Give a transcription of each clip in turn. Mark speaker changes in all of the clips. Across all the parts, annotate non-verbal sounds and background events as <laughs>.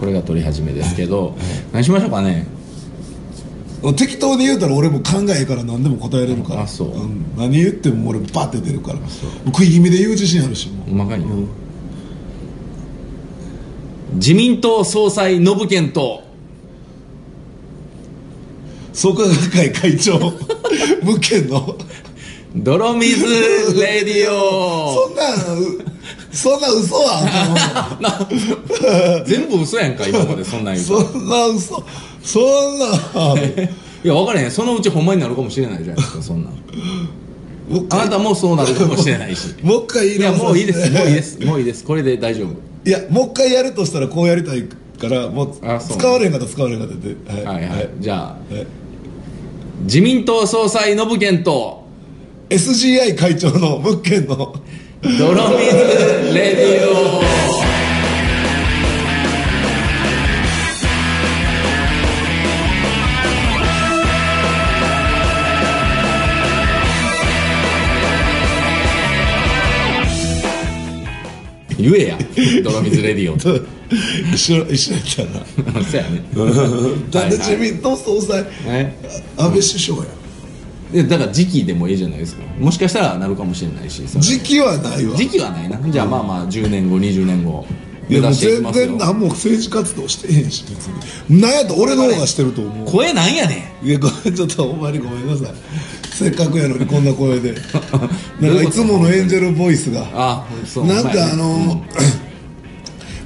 Speaker 1: これが取り始めですけど何しましょうかね
Speaker 2: 適当に言うたら俺も考えから何でも答えれるから
Speaker 1: あそうん
Speaker 2: 何言っても俺バッて出るから食い気味で言う自信あるしも
Speaker 1: ほんまかいな自民党総裁ノブケンと
Speaker 2: 創 <laughs> 価学会会長無権の
Speaker 1: 泥水レディ
Speaker 2: そ
Speaker 1: オ
Speaker 2: んなうそんな嘘は
Speaker 1: 全部嘘やんか今までそんなん
Speaker 2: あ
Speaker 1: 言う <laughs>
Speaker 2: かん
Speaker 1: と
Speaker 2: そんな嘘そんない
Speaker 1: <laughs> や分からへんそのうちほんまになるかもしれないじゃないですかそんなん
Speaker 2: もう一
Speaker 1: あ
Speaker 2: 回
Speaker 1: なたもそうなるかもしれ <laughs> ないし
Speaker 2: もう一回言
Speaker 1: いや
Speaker 2: 直
Speaker 1: もう
Speaker 2: させて
Speaker 1: いいですもういいですもういいですこれで大丈夫
Speaker 2: <laughs> いやもう一回やるとしたらこうやりたいからもう
Speaker 1: あそう
Speaker 2: 使われへんかったら使われへんかったでは
Speaker 1: は
Speaker 2: い
Speaker 1: いはいじゃあ
Speaker 2: はい
Speaker 1: 自民党総裁ノブケンと
Speaker 2: SGI 会長の物件の <laughs>
Speaker 1: 泥水レディオ言えや泥水レディオそ
Speaker 2: 一緒一緒やったな
Speaker 1: うやね
Speaker 2: <laughs> なんで自民党総裁
Speaker 1: ね
Speaker 2: 安倍首相や
Speaker 1: でだから時期でもいいじゃないですかもしかしたらなるかもしれないしその
Speaker 2: 時期はないわ
Speaker 1: 時期はないなじゃあまあまあ10年後20年後
Speaker 2: い
Speaker 1: 目
Speaker 2: やも
Speaker 1: 指
Speaker 2: う
Speaker 1: していき
Speaker 2: 全
Speaker 1: ますよ
Speaker 2: 然何も政治活動してへんし別になんやったら俺の方がしてると思う
Speaker 1: 声なんやね
Speaker 2: いやごめんちょっとほんまにごめんなさい <laughs> せっかくやのにこんな声
Speaker 1: <laughs>
Speaker 2: でなんかいつものエンジェルボイスが
Speaker 1: あそう
Speaker 2: なん
Speaker 1: ほ
Speaker 2: か
Speaker 1: んまやね
Speaker 2: あの <clears throat>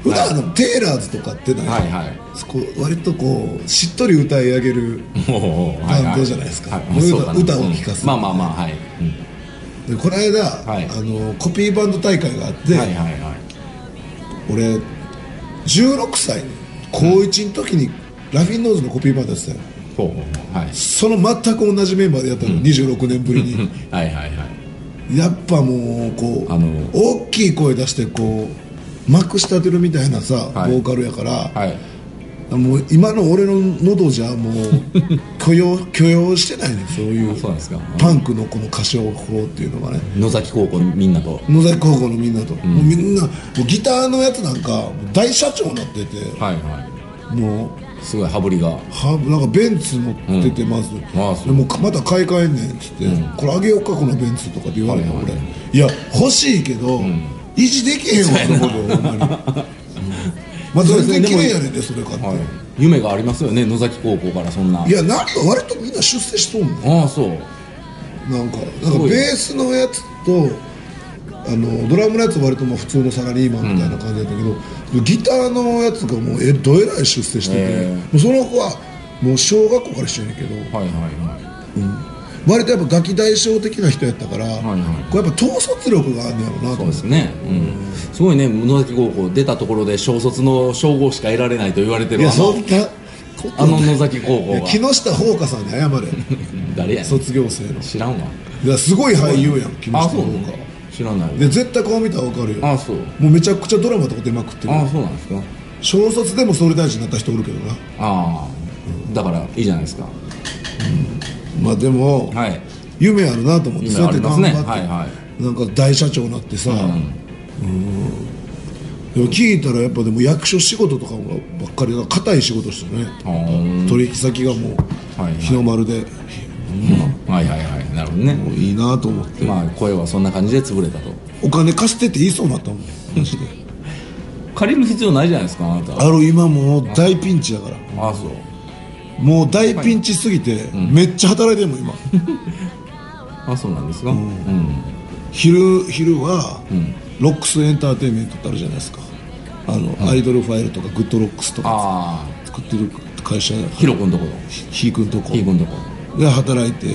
Speaker 2: 普段あのテイラーズとかってない、
Speaker 1: はいはい
Speaker 2: そこ割とこうしっとり歌い上げる
Speaker 1: もう
Speaker 2: 担当じゃないですか
Speaker 1: はいはい、
Speaker 2: そういう
Speaker 1: そ
Speaker 2: 歌
Speaker 1: うかな
Speaker 2: 歌を聴かせる
Speaker 1: うんまあまあまあはい、うん
Speaker 2: でこの間、
Speaker 1: はい
Speaker 2: あのコピーバンド大会があって、
Speaker 1: はいはいはい
Speaker 2: 俺16歳高1の時にラフィンノーズのコピーバンドやってたよ
Speaker 1: ほうほうほうはい
Speaker 2: その全く同じメンバーでやったの、26年ぶりに
Speaker 1: はいはいはい
Speaker 2: やっぱもうこう
Speaker 1: あの
Speaker 2: 大きい声出してこうまくし立てるみたいなさ、
Speaker 1: はい
Speaker 2: ボーカルやから、
Speaker 1: はい
Speaker 2: もう今の俺の喉じゃも
Speaker 1: <laughs>
Speaker 2: う許容許容してないねそうい
Speaker 1: あ
Speaker 2: う
Speaker 1: そうなんですか
Speaker 2: パンクのこの歌唱法っていうのがね
Speaker 1: 野崎高校のみんなと
Speaker 2: 野崎高校のみんなと、もうみんなもうギターのやつなんかもう大社長になってて、
Speaker 1: はいは
Speaker 2: も
Speaker 1: い
Speaker 2: う
Speaker 1: すごい羽振りが
Speaker 2: はなんかベンツ乗っててまず、
Speaker 1: ああそう
Speaker 2: でもまた買い替えんねんっつって、これあげようかこのベンツとかって言われへん、
Speaker 1: はいはい
Speaker 2: 俺いや欲しいけど、維持できへんわそのことほんまに、 <laughs> まあ
Speaker 1: そうですね
Speaker 2: 全然
Speaker 1: で
Speaker 2: 綺
Speaker 1: も
Speaker 2: 麗やねんでそれ買って、
Speaker 1: はい
Speaker 2: い、
Speaker 1: 夢がありますよね野崎高校からそんな
Speaker 2: やなんか割とみんな出世しとんの
Speaker 1: ああそう
Speaker 2: なんかなん
Speaker 1: す
Speaker 2: か
Speaker 1: ごいね
Speaker 2: ベースのやつとあのドラムのやつ割ともう普通のサラリーマンみたいな感じだったけど、ギターのやつがもうえどえらい出世してて、
Speaker 1: へえ
Speaker 2: もうその子はもう小学校から一緒やねんけど
Speaker 1: はいはいは
Speaker 2: 割とやっぱガキ大将的な人やったから、
Speaker 1: はい
Speaker 2: こうやっぱ統率力があるんねやろうないと
Speaker 1: そう
Speaker 2: 思
Speaker 1: で
Speaker 2: っ
Speaker 1: す
Speaker 2: て
Speaker 1: ね、うん、すごいね野崎高校出たところで小卒の称号しか得られないと言われて
Speaker 2: い
Speaker 1: る
Speaker 2: や
Speaker 1: あ
Speaker 2: そん
Speaker 1: の
Speaker 2: なこと
Speaker 1: あの野崎高校
Speaker 2: いや
Speaker 1: は
Speaker 2: 木下ほうかさんに謝れ
Speaker 1: <laughs> 誰やねん
Speaker 2: 卒業生の
Speaker 1: 知らんわ
Speaker 2: いやすごい俳優やん木下
Speaker 1: あ
Speaker 2: ほ
Speaker 1: そう
Speaker 2: うか
Speaker 1: 知らない
Speaker 2: で絶対顔見たら分かるよ
Speaker 1: あそう
Speaker 2: もうめちゃくちゃドラマとか出まくってる
Speaker 1: あそうなんですか
Speaker 2: 小卒でも総理大臣になった人おるけどな
Speaker 1: ああだからいいじゃないですか
Speaker 2: まあでも、
Speaker 1: はい
Speaker 2: 夢あるなと思って
Speaker 1: 夢ありますね
Speaker 2: そうやって頑張
Speaker 1: は
Speaker 2: っ
Speaker 1: い
Speaker 2: て、なんか大社長になってさ、うんでも聞いたらやっぱでも役所仕事とかもばっかりだから硬い仕事してね
Speaker 1: あー
Speaker 2: 取引先がもう、
Speaker 1: はいはい
Speaker 2: 日の丸で
Speaker 1: はいはいはいなるほどね
Speaker 2: もういいなと思って、
Speaker 1: まあ声はそんな感じで潰れたと
Speaker 2: お金貸してって言いそうになったもんマジで
Speaker 1: 借りる必要ないじゃないですかあなた
Speaker 2: あの今もう大ピンチやから
Speaker 1: ああそう
Speaker 2: もう大ピンチすぎて、めっちゃ働いてるもん今
Speaker 1: あそうなんですかうん
Speaker 2: 昼昼は、ロックスエンターテインメントってあるじゃないですかあの、アイドルファイルとかグッドロックスとか
Speaker 1: ああ
Speaker 2: 作ってる会社
Speaker 1: ヒロ君のところ
Speaker 2: ひーくんとこ
Speaker 1: ヒー君のとこ
Speaker 2: で働いて、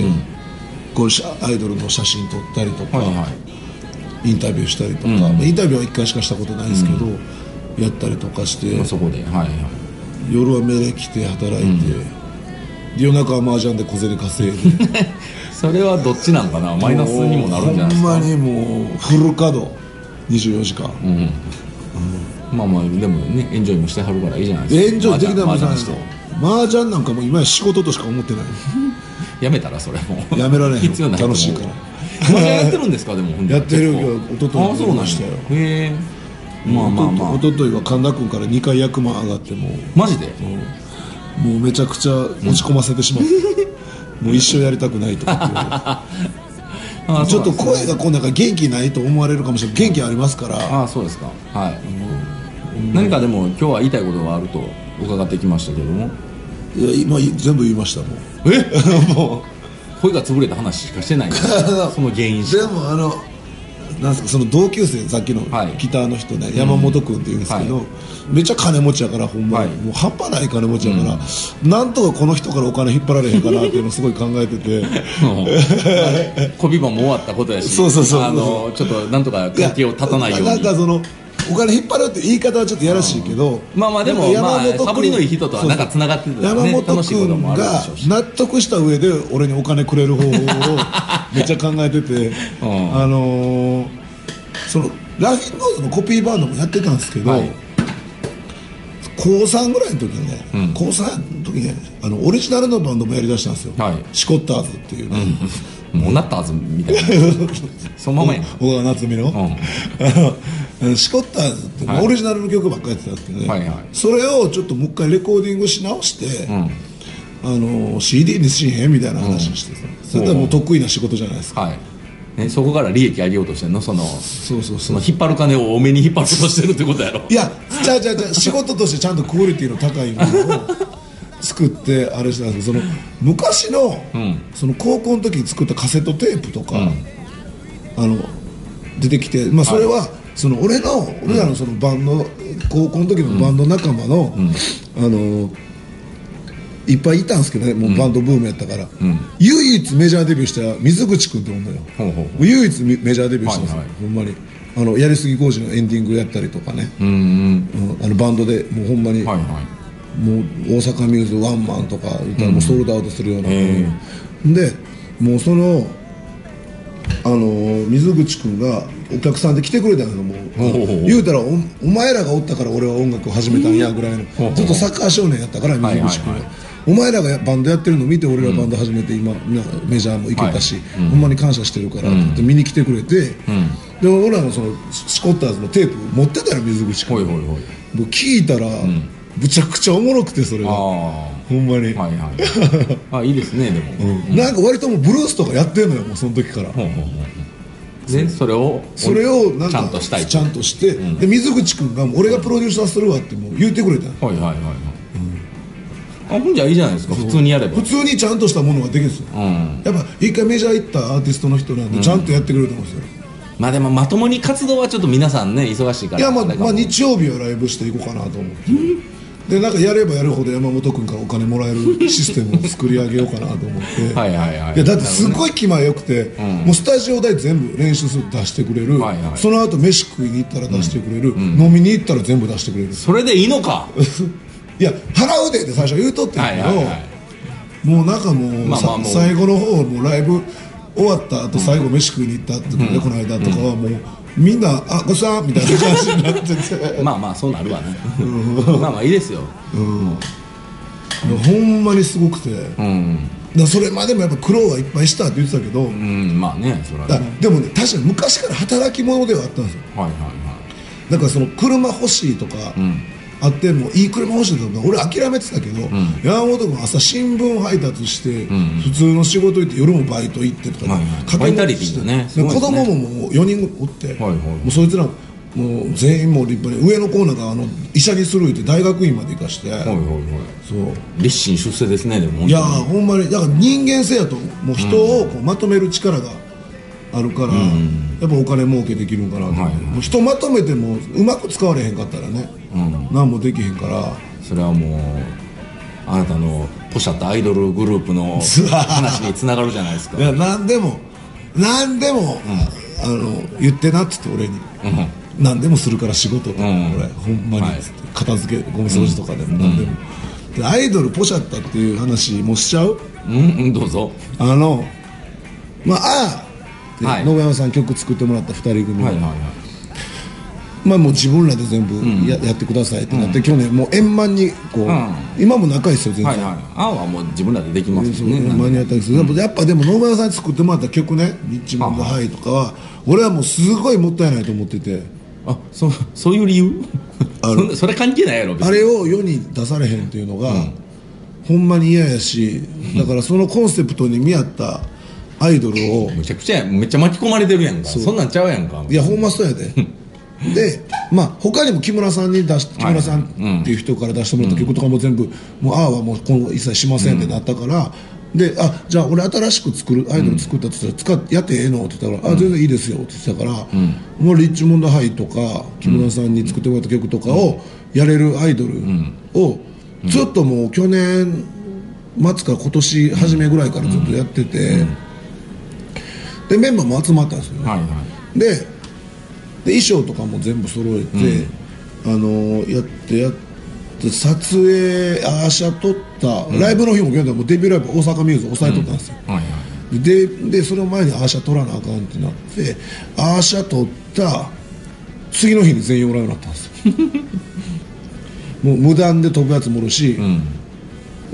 Speaker 2: こうしアイドルの写真撮ったりとか、
Speaker 1: はいは
Speaker 2: インタビューしたりとか、まあインタビューは1回しかしたことないですけど、やったりとかして、
Speaker 1: いそこではいはい
Speaker 2: 夜は目で来て働いて、夜中は麻雀で小銭稼いで
Speaker 1: それはどっちなんかなマイナスにもなるんじゃないですか
Speaker 2: ほんまにもうフル稼働24時間、
Speaker 1: まあまあでもねエンジョイもしてはるからいいじゃないですか
Speaker 2: エンジョイできたもんじゃない
Speaker 1: 麻雀麻雀
Speaker 2: 麻雀なんかもう今や仕事としか思ってない
Speaker 1: 人やめたらそれもう
Speaker 2: やめられへん
Speaker 1: 必要ないと思う
Speaker 2: 楽しいから
Speaker 1: 麻雀やってるんですかでもほんで
Speaker 2: やってるけど
Speaker 1: 結構
Speaker 2: 一昨日
Speaker 1: あそうなん
Speaker 2: やり
Speaker 1: だ
Speaker 2: ましたよ
Speaker 1: へえまあまあまあ
Speaker 2: おとといは神田君から2回役満上がっても
Speaker 1: マジで
Speaker 2: うもうめちゃくちゃ落ち込ませてしまって、
Speaker 1: <laughs>
Speaker 2: もう一生やりたくないとかって言われ
Speaker 1: あ
Speaker 2: てちょっと声がこうなんか元気ないと思われるかもしれない元気ありますから
Speaker 1: ああそうですかはい、何かでも今日は言いたいことがあると伺ってきましたけども
Speaker 2: いや今全部言いましたもう
Speaker 1: え <laughs>
Speaker 2: もう
Speaker 1: 声が潰れた話しかして
Speaker 2: <laughs>
Speaker 1: ないその原因し
Speaker 2: で
Speaker 1: か
Speaker 2: もあのなんすかその同級生さっきの
Speaker 1: はい
Speaker 2: ギターの人ね、山本君っていうんですけど、
Speaker 1: は
Speaker 2: めっちゃ金持ちやからほんま
Speaker 1: は
Speaker 2: に、
Speaker 1: い
Speaker 2: もう半端ない金持ちやから、なんとかこの人からお金引っ張られへんかなっていうのをすごい考えてて
Speaker 1: うん小ビバも終わったことやし
Speaker 2: そうそうそう
Speaker 1: あのちょっとなんとか関係を断たないよう
Speaker 2: なん
Speaker 1: に
Speaker 2: かそのお金引っ張るって言い方はちょっとやらしいけど
Speaker 1: まあまあでも
Speaker 2: なんか山本
Speaker 1: まあ
Speaker 2: 君
Speaker 1: サボりのいい人とはなんか繋がってたらね
Speaker 2: そうそう
Speaker 1: 楽しいこと
Speaker 2: 山
Speaker 1: も
Speaker 2: 本
Speaker 1: あるで
Speaker 2: が
Speaker 1: しょうし
Speaker 2: 納得した上で俺にお金くれる方法をめっちゃ考えてて、
Speaker 1: <laughs> うん
Speaker 2: あのーそのラフィン・ローズのコピーバンドもやってたんですけど、
Speaker 1: はい
Speaker 2: 高3ぐらいの時にね、
Speaker 1: ん
Speaker 2: 高3の時にねあのオリジナルのバンドもやりだしたんですよ、
Speaker 1: はい
Speaker 2: シコッターズっていうね、
Speaker 1: もうなったはずみたいな
Speaker 2: <laughs>
Speaker 1: そのままやん
Speaker 2: 小川夏美の,、
Speaker 1: ん
Speaker 2: あのシコッターズって、
Speaker 1: はい
Speaker 2: オリジナルの曲ばっかりやってたんですけどね、
Speaker 1: はいはい
Speaker 2: それをちょっともう一回レコーディングし直して、
Speaker 1: うん
Speaker 2: あの CD にしへんみたいな話をしてさ、それってもう得意な仕事じゃないですか、
Speaker 1: はい、ね、そこから利益上げようとしてんのその
Speaker 2: そうそう
Speaker 1: そ
Speaker 2: そう
Speaker 1: の引っ張る金を多めに引っ張ろうとしてるってことやろ
Speaker 2: いやじゃあじゃあじゃあ仕事としてちゃんとクオリティの高いものを作ってあれしたんですけどその昔の,、
Speaker 1: ん
Speaker 2: その高校の時に作ったカセットテープとか、あの出てきて、まあ、それは、その俺の俺らのそのバンド、高校の時のバンド仲間の、あのいっぱいいたんですけどねもううバンドブームやったから、唯一メジャーデビューした水口君って女よ
Speaker 1: ほうほうほ
Speaker 2: もう唯一メジャーデビューしたんですよ、
Speaker 1: はいはい
Speaker 2: ほんまにあのやりすぎ工事のエンディングやったりとかね、
Speaker 1: うんうん
Speaker 2: うんあのバンドでもうほんまに、
Speaker 1: はいはい
Speaker 2: もう大阪ミューズワンマンとか言ったらもうソールドアウトするような、
Speaker 1: へ
Speaker 2: でもうそのあのー水口君がお客さんで来てくれたんやけども
Speaker 1: ほうほうほう
Speaker 2: 言うたらおお前らがおったから俺は音楽を始めたんやぐらいの
Speaker 1: ほうほう
Speaker 2: ずっとサッカー少年やったから水口君は,、
Speaker 1: はいはいは
Speaker 2: お前らがバンドやってるの見て俺らバンド始めて今、なメジャーも行けたし、ほんまに感謝してるからって言って見に来てくれて、で俺らのそのシコッターズのテープ持ってたよ水口君
Speaker 1: ほいほいほい
Speaker 2: もう聞いたら、むちゃくちゃおもろくてそれ
Speaker 1: あ
Speaker 2: が
Speaker 1: あ
Speaker 2: ほんま
Speaker 1: は
Speaker 2: に、
Speaker 1: いはいあいいですねでも、
Speaker 2: なんか割ともうブルースとかやってんのよもうその時から、
Speaker 1: ほうほうほうでそれを
Speaker 2: それをなん
Speaker 1: ち
Speaker 2: か
Speaker 1: ゃんとしたい
Speaker 2: ちゃんとして、で水口君がもう俺がプロデューサーするわってもう言ってくれたの
Speaker 1: はいはいはいはい、あほんじゃいいじゃないですか普通にやれば
Speaker 2: 普通にちゃんとしたものができるんですよ、
Speaker 1: うん
Speaker 2: やっぱ一回メジャー行ったアーティストの人なんでちゃんとやってくれてますよ、
Speaker 1: まあでもまともに活動はちょっと皆さんね忙しいから
Speaker 2: いやまあ、
Speaker 1: れか
Speaker 2: ま
Speaker 1: も
Speaker 2: あ、日曜日はライブしていこうかなと思って、でなんかやればやるほど山本君からお金もらえるシステムを作り上げようかなと思っ
Speaker 1: <laughs>
Speaker 2: て
Speaker 1: はいはいはい
Speaker 2: やだってすごい気前よくて、もうスタジオ代全部練習すると出してくれる、
Speaker 1: はいはい
Speaker 2: その後飯食いに行ったら出してくれる、飲みに行ったら全部出してくれる、
Speaker 1: それで <laughs> いいのか
Speaker 2: いや払うでって最初言うとってん
Speaker 1: は
Speaker 2: け
Speaker 1: い
Speaker 2: ど、
Speaker 1: はいはい
Speaker 2: もうなんかもう,、
Speaker 1: まあまあもう
Speaker 2: さ最後の方もうライブ終わった後最後飯食いに行ったって、ねこの間とかはもう、みんな「あごちそうさん」みたいな感じになってて。
Speaker 1: まあまあそうなるわねまあまあいいですよ
Speaker 2: いやほんまにすごくて、だか
Speaker 1: うん
Speaker 2: らそれまでもやっぱ苦労はいっぱいしたって言ってたけど、
Speaker 1: うんまあねそれは
Speaker 2: だ
Speaker 1: ね
Speaker 2: でもね確かに昔から働き者ではあったんですよ
Speaker 1: はいはいはい
Speaker 2: だからその車欲しいとか、あってもいい車欲しいとか俺諦めてたけど、山本君朝新聞配達して、普通の仕事行って夜もバイト行ってとか、
Speaker 1: はいはい
Speaker 2: 掛
Speaker 1: バ
Speaker 2: け
Speaker 1: イタ
Speaker 2: 持
Speaker 1: リ
Speaker 2: ち
Speaker 1: テ
Speaker 2: し
Speaker 1: ィ
Speaker 2: て
Speaker 1: がねすごい
Speaker 2: 子
Speaker 1: ですね
Speaker 2: 供ももう4人おって、
Speaker 1: はいはい
Speaker 2: もうそいつらもう全員もう立派に上の子なんかあの医者にする言って大学院まで行かして、
Speaker 1: はいはいはい
Speaker 2: そう
Speaker 1: 立身出世ですねでも
Speaker 2: いやーほんまにだから人間性やと思うもう人をこうまとめる力があるから、やっぱお金儲けできるんかなと思う、
Speaker 1: はい
Speaker 2: もう人まとめてもうまく使われへんかったらね、何もできへんから
Speaker 1: それはもうあなたのポシャったアイドルグループ
Speaker 2: <laughs>
Speaker 1: の話につながるじゃないですか
Speaker 2: いや何でも何でも、あの言ってなっつって俺に、何でもするから仕事とか、
Speaker 1: ん
Speaker 2: 俺ほんまに
Speaker 1: はい
Speaker 2: っつって、片付けゴミ掃除とかでも何でも、でアイドルポシャったっていう話もしちゃう
Speaker 1: うんうんどうぞ
Speaker 2: あのまああー、
Speaker 1: はい
Speaker 2: 野山さん曲作ってもらった2人組の、
Speaker 1: はいはいはい
Speaker 2: まあもう自分らで全部や,、やってくださいってなって、去年もう円満にこう、
Speaker 1: ん
Speaker 2: 今も仲いいですよ全
Speaker 1: は
Speaker 2: 然、
Speaker 1: いはい青はもう自分らでできますし
Speaker 2: そう
Speaker 1: ね
Speaker 2: 円満にやったんですけど、やっぱでも野村さんに作ってもらった曲ね「リッチマンのハイ」とかは俺はもうすごいもったいないと思ってて
Speaker 1: あそそういう理由
Speaker 2: あ
Speaker 1: そ
Speaker 2: る
Speaker 1: んなそれ関係ないやろ別に
Speaker 2: あれを世に出されへんっていうのが、ほんまに嫌やしだからそのコンセプトに見合ったアイドルを
Speaker 1: めちゃくちゃやめっちゃ巻き込まれてるやんかそんなんちゃうやんか
Speaker 2: いやほんまそうやででまあ他にも木村さんに出し木村さんっていう人から出してもらった曲とかも全部「もうああはもう今後一切しません」ってなったから、であじゃあ俺新しく作るアイドル作ったって言ったら「使っやってええの?」って言ったら「あ全然いいですよ」って言ってたから、もうリッチモンドハイとか木村さんに作ってもらった曲とかをやれるアイドルをずっともう去年末から今年初めぐらいからずっとやってて、でメンバーも集まったんですよね、
Speaker 1: はいはい
Speaker 2: でで衣装とかも全部揃えて、あのやってやって撮影ああしゃ撮った、ライブの日も現在もうデビューライブ大阪ミューズ抑えとったんですよ、
Speaker 1: はいはい
Speaker 2: ででその前にああしゃ撮らなあかんってなってああしゃ撮った次の日に全員おらんようになったんです
Speaker 1: <laughs>
Speaker 2: よもう無断で飛ぶやつもおるし、
Speaker 1: うん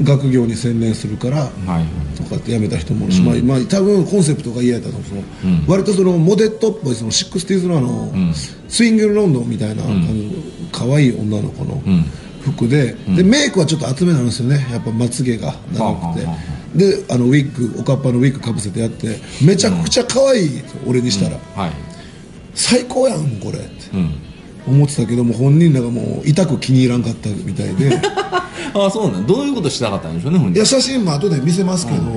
Speaker 2: 学業に専念するから、
Speaker 1: はいはい
Speaker 2: とかって辞めた人もいるし、まあまあ、多分コンセプトが嫌やったと思うんですよ、割とそのモデットっぽいその 60s のあの、スイングロンドンみたいな、あの可愛い女の子の服で,、でメイクはちょっと厚めなんですよねやっぱまつげが長くて、
Speaker 1: はあはあは
Speaker 2: であのウィッグおかっぱのウィッグかぶせてやってめちゃくちゃ可愛い、俺にしたら、
Speaker 1: はい
Speaker 2: 最高やんこれって
Speaker 1: うん
Speaker 2: 思ってたけども本人らがもう痛く気に入らんかったみたい <laughs> で。
Speaker 1: ああそうなんどういうことしたかったんでしょうねほん
Speaker 2: い
Speaker 1: で
Speaker 2: や写真も後で見せますけど、ま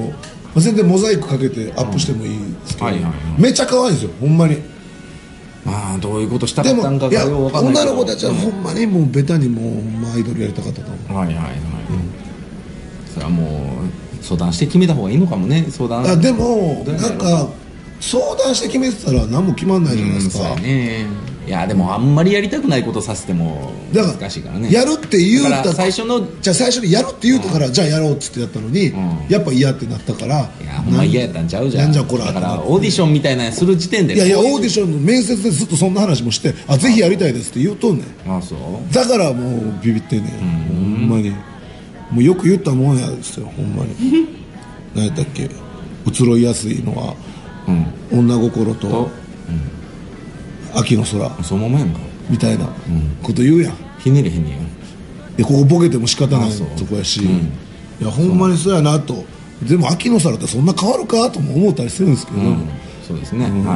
Speaker 2: あ全然モザイクかけてアップしてもいいですけど、
Speaker 1: はいはいは
Speaker 2: めっちゃ可愛いんですよほんまに
Speaker 1: まあどういうことしたか
Speaker 2: で
Speaker 1: ったん
Speaker 2: も
Speaker 1: か
Speaker 2: いや
Speaker 1: がようわかんない
Speaker 2: 女
Speaker 1: けど
Speaker 2: の子たちはほんまにもうベタにもうほんまアイドルやりたかったと思う
Speaker 1: はいはいはい、それはもう相談して決めた方がいいのかもね相談
Speaker 2: あでも
Speaker 1: どうや
Speaker 2: な
Speaker 1: ろうん
Speaker 2: か相談して決めてたら何も決まんないじゃないで
Speaker 1: うん
Speaker 2: す
Speaker 1: そう
Speaker 2: か、
Speaker 1: やねいやでもあんまりやりたくないことさせても
Speaker 2: だから
Speaker 1: 難しいからね
Speaker 2: やるって言う
Speaker 1: だか
Speaker 2: た
Speaker 1: ら最初の
Speaker 2: じゃあ最初にやるって言うたから、じゃあやろうっつってやったのに、
Speaker 1: ん
Speaker 2: やっぱ嫌ってなったから
Speaker 1: いやほんま嫌やったんちゃうじゃん
Speaker 2: なんじゃこら
Speaker 1: だか
Speaker 2: と
Speaker 1: ら
Speaker 2: 思って
Speaker 1: オーディションみたいなのする時点で
Speaker 2: いやいやオーディ
Speaker 1: シ
Speaker 2: ションの面接でずっとそんな話もしてあぜひやりたいですって言うとんねん
Speaker 1: ョンあそう
Speaker 2: だからもうビビってんねんほんまにもうよく言ったもんやですよほんまに
Speaker 1: <laughs>
Speaker 2: 何やったっけ移ろいやすいのは
Speaker 1: うん
Speaker 2: 女心と
Speaker 1: と
Speaker 2: 秋の空
Speaker 1: そのままやんか
Speaker 2: みたいなこと言うやん
Speaker 1: ひねれへんねんよ
Speaker 2: でここボケても仕方ない
Speaker 1: あそう
Speaker 2: とこやし、いやほんまにそうやなとでも秋の空ってそんな変わるかとも思ったりするんですけど、
Speaker 1: うんそうですねはい
Speaker 2: ま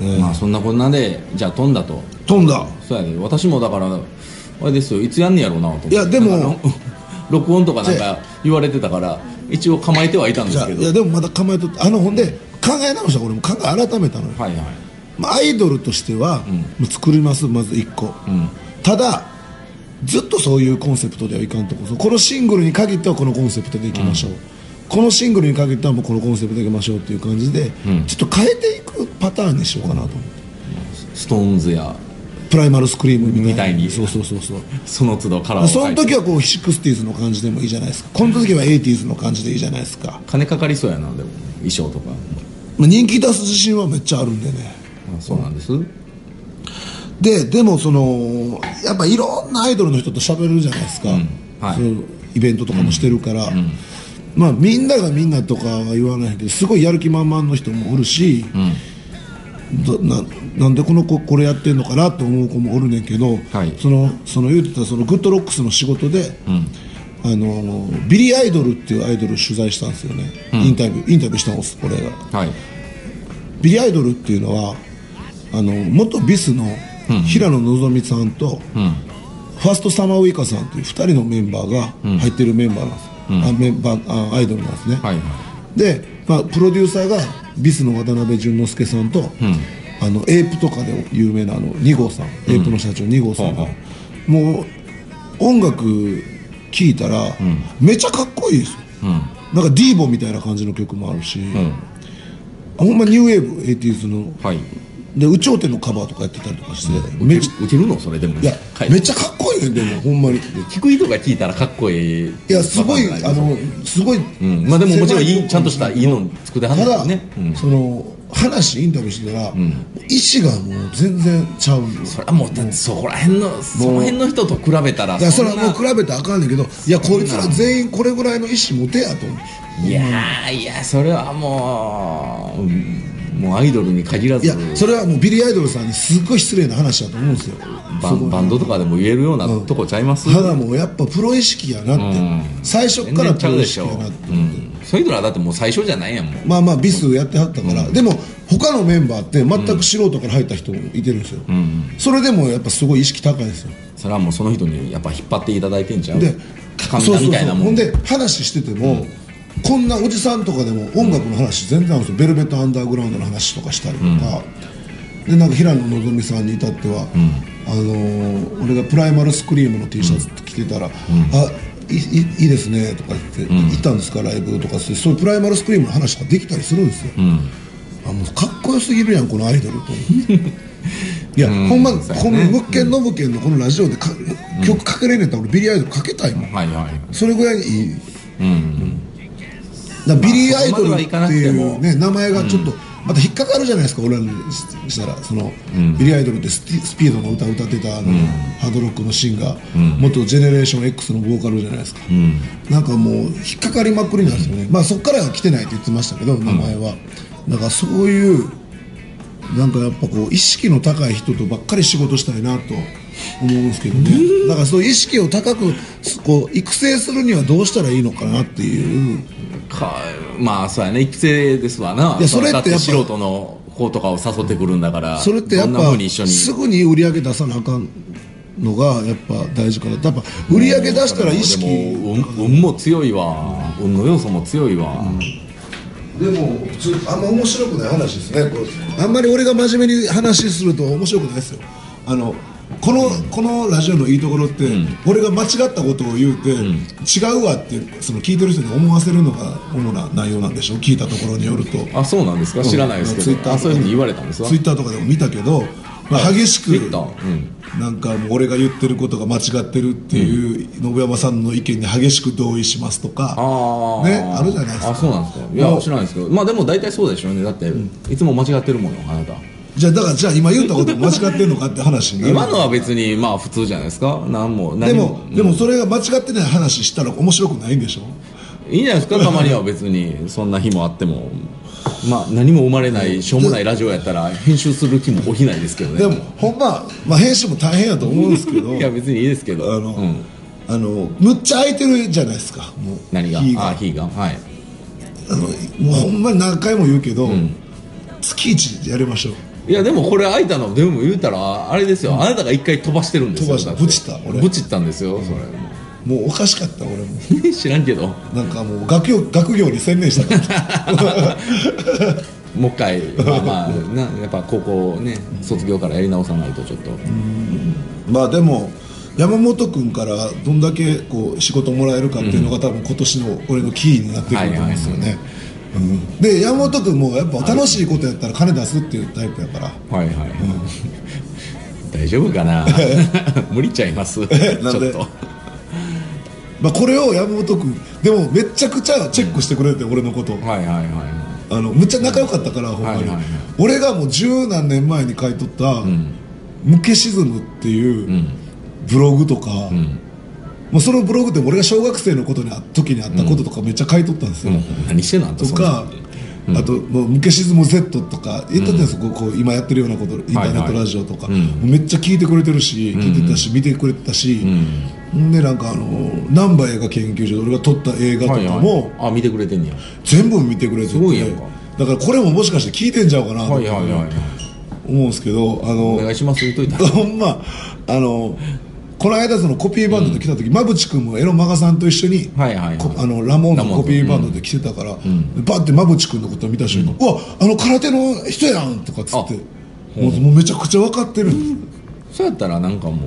Speaker 2: あ、ね
Speaker 1: まあそんなこんなでじゃあ飛んだと
Speaker 2: 飛んだ
Speaker 1: そうやね私もだからあれですよいつやんねやろうなと思って
Speaker 2: いやでも
Speaker 1: なんか <laughs> 録音とかなんか言われてたから一応構えてはいたんで
Speaker 2: じゃ
Speaker 1: す
Speaker 2: あ
Speaker 1: け
Speaker 2: い
Speaker 1: どは
Speaker 2: やでもまだ構えとってあのほんで考え直した俺も考え改めたのよ
Speaker 1: いはい
Speaker 2: まあ、アイドルとしては、もう作りますまず1個、ただずっとそういうコンセプトではいかんとここのシングルに限ってはこのコンセプトでいきましょう、このシングルに限ってはもうこのコンセプトでいきましょうっていう感じで、ちょっと変えていくパターンにしようかなと思って
Speaker 1: ストーンズや
Speaker 2: プライマルスクリームみたいな
Speaker 1: みたいに
Speaker 2: そうそうそうそう
Speaker 1: その都度カラーを
Speaker 2: そ
Speaker 1: 変
Speaker 2: の
Speaker 1: えて
Speaker 2: 時はこう 60s の感じでもいいじゃないですかこの時は 80s の感じでいいじゃないですか、
Speaker 1: 金かかりそうやなでも衣装とか
Speaker 2: まあ、人気出す自信はめっちゃあるんでね
Speaker 1: あそうなんです
Speaker 2: ででもそのやっぱいろんなアイドルの人と喋れるじゃないですか、
Speaker 1: はい
Speaker 2: そのイベントとかもしてるから、まあ、みんながみんなとかは言わないけどすごいやる気満々の人もおるし、どななんでこの子これやってんのかなと思う子もおるねんけど、
Speaker 1: はい
Speaker 2: そのその言うてたそのグッドロックスの仕事で、あのビリー・アイドルっていうアイドルを取材したんですよね、インタビューインタビューしたんです俺が。
Speaker 1: はい
Speaker 2: ビリーアイドルっていうのはあの元ビスの平野希さんと、ファーストサマーウイカさんという2人のメンバーが入ってるメンバーなんです、あメンバーあアイドルなんですね、
Speaker 1: はい
Speaker 2: で、まあ、プロデューサーがビスの渡辺淳之介さんと、あのエイプとかで有名なあの2号さん、エイプの社長2号さんが、
Speaker 1: ほ
Speaker 2: もう音楽聴いたら、めちゃかっこいいですよ、なんかディーボみたいな感じの曲もあるし、ほんまニューウェーブ 80s の
Speaker 1: はい
Speaker 2: で有頂天のカバーとかやってたりとかしてめ
Speaker 1: め
Speaker 2: っちゃ
Speaker 1: 打てるのそれでも
Speaker 2: いや、
Speaker 1: はい
Speaker 2: めっちゃかっこいいねでもほんまにい
Speaker 1: 低いとか聞いたらかっこいい
Speaker 2: やすごい
Speaker 1: わかんな
Speaker 2: あのすごい、
Speaker 1: うんまあでももちろんい
Speaker 2: 狭
Speaker 1: いちゃんとしたいいの作ってはんね
Speaker 2: た
Speaker 1: ん
Speaker 2: だ、
Speaker 1: ねうん
Speaker 2: その話インタビューしてたら、意志がもう全然ちゃうんよ
Speaker 1: それはもうだってそこら辺のその辺の人と比べたら
Speaker 2: いやそれ
Speaker 1: ん
Speaker 2: は
Speaker 1: な
Speaker 2: もう比べたらあかんねんけどいやこいつら全員これぐらいの意志持てやと思う
Speaker 1: いやーいやそれはもううんもうアイドルに限ら
Speaker 2: い
Speaker 1: ず
Speaker 2: やそれはもうビリー・アイドルさんにすっごい失礼な話だと思うんですよ
Speaker 1: バンバンドとかでも言えるようなとこちゃいます、
Speaker 2: ただもうやっぱプロ意識やなって、
Speaker 1: うん
Speaker 2: 最初
Speaker 1: 全
Speaker 2: から
Speaker 1: 然ち
Speaker 2: プ
Speaker 1: ゃう
Speaker 2: ロ
Speaker 1: で
Speaker 2: 意
Speaker 1: し
Speaker 2: 識
Speaker 1: ょ
Speaker 2: やなって、
Speaker 1: うん、そういうのはだってもう最初じゃないやんもう
Speaker 2: まあまあビスやってはったから、でも他のメンバーって全く素人から入った人もいてるんですよ、それでもやっぱすごい意識高いですよ
Speaker 1: それはもうその人にやっぱ引っ張っていただいてんちゃう
Speaker 2: で
Speaker 1: 神田みたいなも
Speaker 2: ほ
Speaker 1: ん
Speaker 2: んで話してても、こんなおじさんとかでも音楽の話全然あるんですよ、ベルベットアンダーグラウンドの話とかしたりとか、でなんか平野のぞみさんに至っては、あのー俺がプライマルスクリームの T シャツ着てたら「あいいいいですね」とか言って「行ったんですかライブ」とかってそういうプライマルスクリームの話とかできたりするんですよ、あもうかっこよすぎるやんこのアイドルと
Speaker 1: <laughs>
Speaker 2: 思っていや、ほんま、
Speaker 1: そうや
Speaker 2: この
Speaker 1: ね
Speaker 2: 物件の物件のこのラジオでか、曲かけれんねえったら俺ビリーアイドルかけたいもん
Speaker 1: はいはい
Speaker 2: それぐらいいい、だからビリー・アイドルっていう、ね、名前がちょっと、また引っかかるじゃないですか俺らにしたらその、ビリー・アイドルってスティスピードの歌を歌ってたあの、ハードロックのシンガー、元ジェネレーション x のボーカルじゃないですか、なんかもう引っかかりまくりなんですよね、まあそこからは来てないって言ってましたけど名前は、だからそういうなんかやっぱこう意識の高い人とばっかり仕事したいなと思うんですけどねだからそういう意識を高くこう育成するにはどうしたらいいのかなっていう
Speaker 1: かまあそうやね育成ですわない
Speaker 2: やそれってやっぱ
Speaker 1: だ素人の子とかを誘ってくるんだから
Speaker 2: それってやっ
Speaker 1: どんな
Speaker 2: ぱ
Speaker 1: 風に一緒に
Speaker 2: すぐに売り上げ出さなあかんのがやっぱ大事かなやっぱ売り上げ出したら意識
Speaker 1: でも運運も強いわ運の要素も強いわ、
Speaker 2: でも普通あんま面白くない話ですねこれあんまり俺が真面目に話すると面白くないですよあのこのこのラジオのいいところって、俺が間違ったことを言うて、違うわってその聞いてる人に思わせるのが主な内容なんでしょ聞いたところによると
Speaker 1: あそうなんですか知らないですけど、
Speaker 2: うんツイッター
Speaker 1: あそういうふうに言われたんですか
Speaker 2: ツイッターとかでも見たけど、まあ、激しく、
Speaker 1: ツイッターうん
Speaker 2: なんかもう俺が言ってることが間違ってるっていう、信山さんの意見に激しく同意しますとか
Speaker 1: あー
Speaker 2: ね、あるじゃないで
Speaker 1: あ
Speaker 2: すか
Speaker 1: そうなんですかいや知らないですけどまあでも大体そうでしょうねだって、いつも間違ってるものあなた
Speaker 2: じゃあだからじゃあ今言ったこと間違ってんのかって話になる
Speaker 1: 今のは別にまあ普通じゃないですか何も
Speaker 2: で
Speaker 1: 何
Speaker 2: も、でもそれが間違ってない話したら面白くないんでしょ
Speaker 1: いいんじゃないですかたまには別に <laughs> そんな日もあってもまあ何も生まれないしょうもないラジオやったら編集する気も起きないですけどね
Speaker 2: でもほんま、まあ、編集も大変やと思うんですけど
Speaker 1: <laughs> いや別にいいですけ
Speaker 2: あ
Speaker 1: ど
Speaker 2: の、
Speaker 1: うん、
Speaker 2: あのむっちゃ空いてるじゃないですかもう
Speaker 1: 何が
Speaker 2: 日
Speaker 1: あ日がはい
Speaker 2: あのもうほんまに何回も言うけど、月一でやりましょう
Speaker 1: いやでもこれ開いたのでも言うたらあれですよ、あなたが一回飛ばしてるんですよ
Speaker 2: 飛ばした
Speaker 1: だって
Speaker 2: ブチった俺
Speaker 1: ブチったんですよそ
Speaker 2: もうおかしかった俺も
Speaker 1: れ <laughs> 知らんけど
Speaker 2: なんかもう学業学業に専念したかった
Speaker 1: もう一 <laughs> 回まあまあなやっぱ高校ね卒業からやり直さないとちょっと
Speaker 2: まあでも山本君からどんだけこう仕事もらえるかっていうのが多分今年の俺のキーになってくると思うんですよね、うんで山本君もやっぱ楽しいことやったら金出すっていうタイプやから
Speaker 1: はいはい、 <laughs> 大丈夫かな無理ちゃい <laughs> ますちょっ
Speaker 2: なんで
Speaker 1: と
Speaker 2: まあ、これを山本君でもめちゃくちゃチェックしてくれて、俺のこと
Speaker 1: はいはいは
Speaker 2: あのむっちゃ仲良かったから、ほんまに、
Speaker 1: はいはいはい
Speaker 2: 俺がもう十何年前に書いとった「ムケシズム」っていうブログとか、もうそのブログって俺が小学生のことにあ時にあったこととかめっちゃ書いとったんですよ、
Speaker 1: い何してんのあんた
Speaker 2: と
Speaker 1: そんな
Speaker 2: か、あともう「ムケシズム Z」とか言っとったんですよ、こうこう今やってるようなことインターネットラジオとか、めっちゃ聞いてくれてるし聞いてたし、見てくれてたし、でなんかあの難波映画研究所で俺が撮った映画とか
Speaker 1: はい
Speaker 2: も、
Speaker 1: はいあ見てくれてんねや
Speaker 2: 全部見てくれてて
Speaker 1: すごいやんか
Speaker 2: だからこれももしかして聞いてんちゃうかなと
Speaker 1: はいはいはい
Speaker 2: 思うんですけど、あ
Speaker 1: お
Speaker 2: の
Speaker 1: 願いします言っといた
Speaker 2: ほん <laughs> まあのこの間そのコピーバンドで来た時、馬淵君もエロマガさんと一緒に、
Speaker 1: はいはいはい
Speaker 2: こあのラモーンのコピーバンドで来てたから、バッて馬淵君のことを見た瞬間「うわあの空手の人やん!」とかっつってもうもうめちゃくちゃ分かってる、
Speaker 1: そうやったらなんかも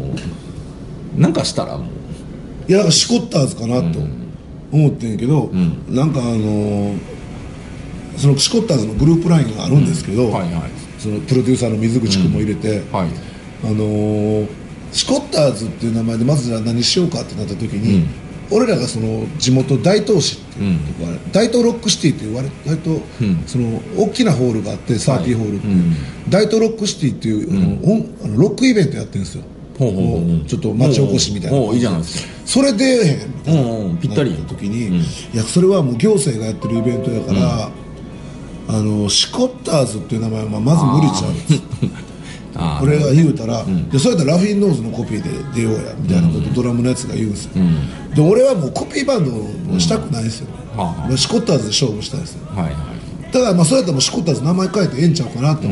Speaker 1: うなんかしたらもう
Speaker 2: いやなんかしこったんですかなと思ってんけど、なんかあのーそのシコッターズのグループラインがあるんですけど、
Speaker 1: はいはい
Speaker 2: そのプロデューサーの水口君も入れて、
Speaker 1: はい
Speaker 2: あのーシコッターズっていう名前でまずじゃあ何しようかってなった時に、俺らがその地元大東市っていうとこがある大東ロックシティっていう割割とその大きなホールがあってサーティーホールっていう、大東ロックシティっていう、あの音あのロックイベントやってるんですよ
Speaker 1: ほうほうほうほう
Speaker 2: ちょっと町おこしみたいな
Speaker 1: おうおういいじゃないですか
Speaker 2: それでへ
Speaker 1: う
Speaker 2: ん
Speaker 1: んうんぴったりや
Speaker 2: なった時に、いやそれはもう行政がやってるイベントやから、あのシコッターズっていう名前はまず無理ちゃうんです
Speaker 1: あ
Speaker 2: 俺が言うたら、でそうやったらラフィン・ノーズのコピーで出ようやみたいなことドラムのやつが言うんですよ、で俺はもうコピーバンドをしたくないですよ、
Speaker 1: んはあは
Speaker 2: 俺シコッターズで勝負したいですよ
Speaker 1: あはいはい
Speaker 2: ただまあそうやったらもうシコッターズ名前変えてええんちゃうかなとか、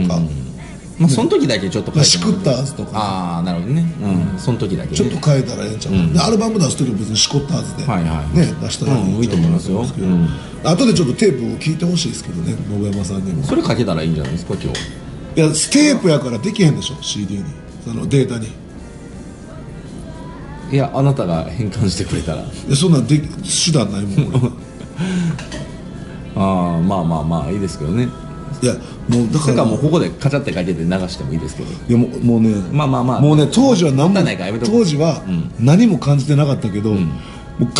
Speaker 1: まあその時だけちょっと
Speaker 2: ま
Speaker 1: 変
Speaker 2: あ
Speaker 1: え
Speaker 2: シ
Speaker 1: て
Speaker 2: コ
Speaker 1: も
Speaker 2: ッターズとか
Speaker 1: ああなるほどねうんその時だけね
Speaker 2: ちょっと変えたらええんちゃうかな、でアルバム出す時も別にシコッターズで、
Speaker 1: はいはい
Speaker 2: ね、出したら
Speaker 1: うんいいと思いますよ
Speaker 2: あと
Speaker 1: うん
Speaker 2: 後でちょっとテープを聞いてほしいですけどね信山さんにも
Speaker 1: それかけたらいいんじゃないですか今日
Speaker 2: いやテープやからできへんでしょ CD にそのデータに
Speaker 1: いやあなたが変換してくれたら
Speaker 2: いやそんなんでき手段ないも
Speaker 1: <laughs>
Speaker 2: ん俺
Speaker 1: ああまあまあまあいいですけどね
Speaker 2: いやもうだ
Speaker 1: そ
Speaker 2: か
Speaker 1: れ
Speaker 2: ら
Speaker 1: かもうここでカチャってかけて流してもいいですけど
Speaker 2: いやもうもうね、
Speaker 1: まあまあまあ
Speaker 2: もうね当時は何
Speaker 1: もっ
Speaker 2: も
Speaker 1: たいないからやめとこう
Speaker 2: 当時は何も感じてなかったけど、もう考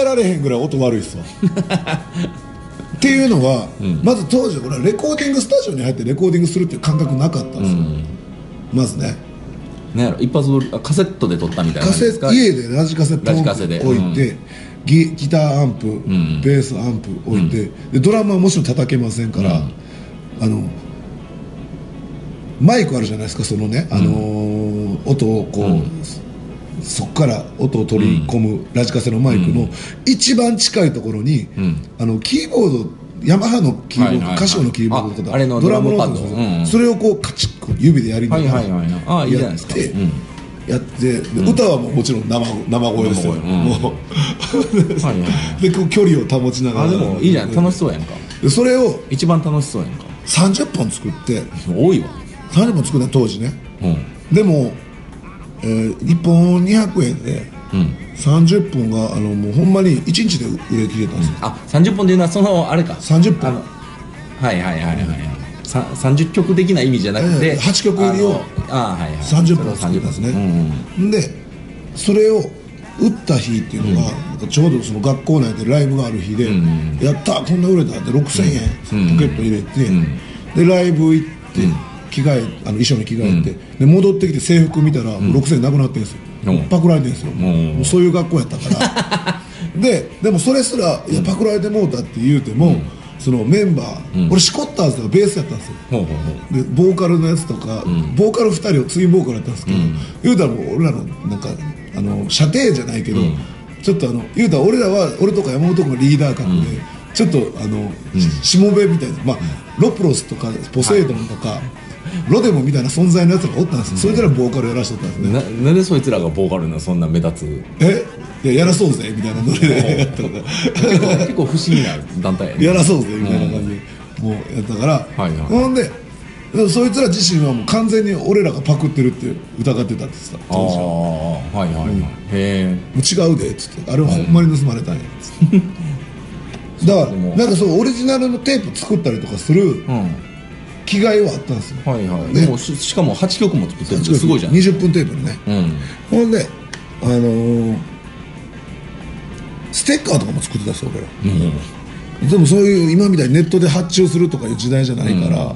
Speaker 2: えられへんぐらい音悪いっ
Speaker 1: <laughs>
Speaker 2: すわっていうのは、まず当時俺はレコーディングスタジオに入ってレコーディングするっていう感覚なかったんですよ、まずね
Speaker 1: なんやろ一発撮りあカセットで撮ったみたいな
Speaker 2: カ
Speaker 1: 感じで
Speaker 2: セ
Speaker 1: すか
Speaker 2: 家でラジカセポ
Speaker 1: ラ
Speaker 2: ン
Speaker 1: ジ
Speaker 2: と
Speaker 1: カ
Speaker 2: 置
Speaker 1: セ
Speaker 2: いて
Speaker 1: で、
Speaker 2: ギギターアンプ、ベースアンプ置いて、でドラムはもちろん叩けませんから、あのマイクあるじゃないですかそのね、あのー音をこう、そこから音を取り込む、ラジカセのマイクの一番近いところに、あのキーボードヤマハのキーボー
Speaker 1: はい
Speaker 2: ド、
Speaker 1: はいはい
Speaker 2: カシオのキーボードとか
Speaker 1: ああれのドラムパッド
Speaker 2: そうそう
Speaker 1: うんうん
Speaker 2: それをこうカチッこう指でやりな
Speaker 1: はい
Speaker 2: がら、
Speaker 1: はいはいはいああいいじゃないですか
Speaker 2: やってやってで歌はもうもちろん生生声ですよ、
Speaker 1: 生声うん
Speaker 2: もう
Speaker 1: はいはい
Speaker 2: でこう距離を保ちなが
Speaker 1: あ
Speaker 2: ら
Speaker 1: でもいいじゃん楽しそうやんか
Speaker 2: でそれを
Speaker 1: 一番楽しそうやんか
Speaker 2: 30本作って
Speaker 1: 多いわ
Speaker 2: 30本作った当時ね
Speaker 1: うん
Speaker 2: でも、えー1本200円で30本があのもうほんまに1日で売れ切れたんですよ、
Speaker 1: あ三30本でいうのはそのあれか
Speaker 2: 30
Speaker 1: あ
Speaker 2: 本
Speaker 1: のはいはいはいはいさ30曲的な意味じゃなく
Speaker 2: ええ
Speaker 1: て
Speaker 2: 八曲入りを
Speaker 1: あのあはいはい
Speaker 2: 30本作ったんですね、
Speaker 1: うんうん
Speaker 2: でそれを打った日っていうのが、なんかちょうどその学校内でライブがある日で「やったこんな売れた」って6000円、ポケット入れて、でライブ行って、着替えあの衣装に着替えて、で戻ってきて制服見たら、もう6000円なくなってるんですよ、
Speaker 1: うん
Speaker 2: パクられてるんですよ、
Speaker 1: ん
Speaker 2: もうそういう学校やったから <laughs> ででもそれすら「いやパクられてもうた」って言うても、そのメンバー、俺シコッターズがベースやったんですよ
Speaker 1: ほうほうほう
Speaker 2: でボーカルのやつとか、ボーカル2人をツインボーカルだったんですけど、言うたらもう俺らのなんかあの射程じゃないけど、ちょっとあの言うたら俺らは俺とか山本君がリーダー格で、ちょっとあの、しもべみたいな、まあ、ロプロスとかポセイドンとか、ロデモみたいな存在のやつがおったんですよ、それからボーカルやらしてたんですね、
Speaker 1: ななんでそいつらがボーカルのそんな目立つ
Speaker 2: えいややらそうぜみたいなノリでやったから
Speaker 1: 結構結構不思議な団体やね
Speaker 2: やらそうぜみたいな感じで、もうやったから、
Speaker 1: はいはい
Speaker 2: ほんででもそいつら自身はもう完全に俺らがパクってるって疑ってたってさ
Speaker 1: ああ
Speaker 2: 当時はも
Speaker 1: はいはいはい、へえ
Speaker 2: う違うでっつってあれはほんまに盗まれたん
Speaker 1: <laughs>
Speaker 2: やっつって、だか
Speaker 1: で
Speaker 2: ら
Speaker 1: も
Speaker 2: なんかそうオリジナルのテープ作ったりとかする
Speaker 1: うん
Speaker 2: 気概はあったんですよ、
Speaker 1: はいはい、
Speaker 2: ね
Speaker 1: でもししかも8曲も作ってるってすごいじゃん、うん、
Speaker 2: 20分テープにねほんであのーステッカーとかも作ってたんですよ俺ら、でもそういう今みたいにネットで発注するとかいう時代じゃないから、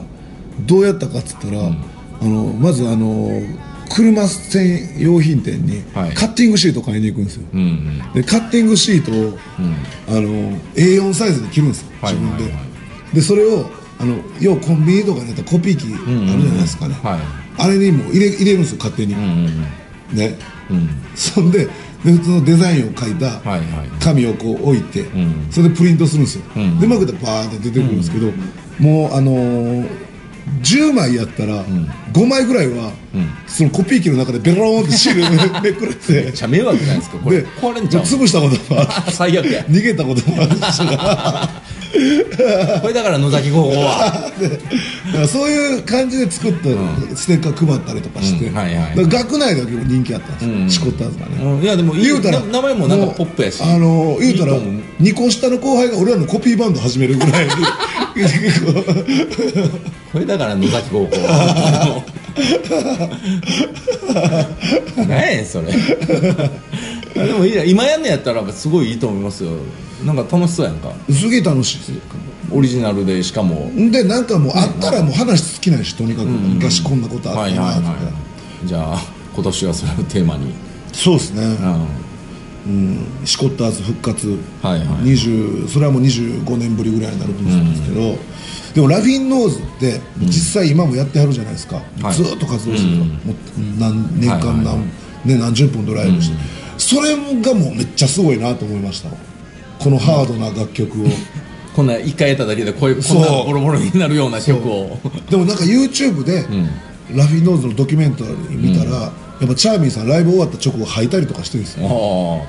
Speaker 2: どうやったかっつったら、あのまずあの車専用品店に
Speaker 1: はい
Speaker 2: カッティングシート買いに行くんですよ、
Speaker 1: うん
Speaker 2: でカッティングシートを、あの A4 サイズに切るんですよ
Speaker 1: はい
Speaker 2: 自分で、
Speaker 1: はいはい
Speaker 2: でそれをあの要はコンビニとかにあったらコピー機あるじゃないですかね、
Speaker 1: はい
Speaker 2: あれにもう入れ入れるんですよ勝手に、ね、
Speaker 1: うん
Speaker 2: そんでで普通のデザインを書いた
Speaker 1: はいはい
Speaker 2: 紙をこう置いて、それでプリントするんですよ、でうまくでバーって出てくるんですけど、もうあのー10枚やったら5枚ぐらいは、そのコピー機の中でベローンってシール <laughs> めくれて
Speaker 1: めっちゃ迷惑じゃないですか <laughs> これ
Speaker 2: で
Speaker 1: 壊れんちゃう
Speaker 2: 潰したこともあ
Speaker 1: <laughs>
Speaker 2: る
Speaker 1: 最悪や
Speaker 2: 逃げたこともあるしだか
Speaker 1: これだから野崎高校
Speaker 2: <laughs>
Speaker 1: は
Speaker 2: らそういう感じで作ったステッカー配ったりとかして、
Speaker 1: うんはいはい
Speaker 2: だから学内だけも人気あったんですよ、
Speaker 1: うん
Speaker 2: チコッターズがね、
Speaker 1: うんいやでもいい
Speaker 2: 言うたら
Speaker 1: な名前もなんかポップやし
Speaker 2: もうあの言うたら
Speaker 1: いいと思う
Speaker 2: 2個下の後輩が俺らのコピーバンド始めるぐ
Speaker 1: <laughs>
Speaker 2: らい
Speaker 1: これだから野崎高校
Speaker 2: <laughs>
Speaker 1: は何やねんそれでもいいや今やんのやったらすごいいいと思いますよなんか楽しそうやんか
Speaker 2: すげえ楽しいですよ
Speaker 1: オリジナルでしかも
Speaker 2: でなんかもうあったらもう話尽きないしとにかく昔こんなことあ
Speaker 1: は
Speaker 2: っ
Speaker 1: い
Speaker 2: た
Speaker 1: はい
Speaker 2: なとか
Speaker 1: はいじゃあ今年はそれをテーマに、
Speaker 2: そうですね
Speaker 1: うん、は
Speaker 2: シコッターズ復活
Speaker 1: はいはい
Speaker 2: 20それはもう25年ぶりぐらいになると思うんですけどでもラフィンノーズって実際今もやってはるじゃないですか、
Speaker 1: はい
Speaker 2: ずーっと活動してるから、
Speaker 1: うん
Speaker 2: もう何年
Speaker 1: はいはいは
Speaker 2: 間
Speaker 1: い
Speaker 2: 何,、ね、何十本ドライブして、それがもうめっちゃすごいなと思いましたこのハードな楽
Speaker 1: <laughs>
Speaker 2: 曲を。
Speaker 1: こんな一回やっただけでこういうこん
Speaker 2: そう
Speaker 1: なボロボロになるような曲を
Speaker 2: でもなんか YouTube で、ラフィーノーズのドキュメンタリー見たら、やっぱチャーミーさんライブ終わった直後吐いたりとかしてるんですよ
Speaker 1: ああ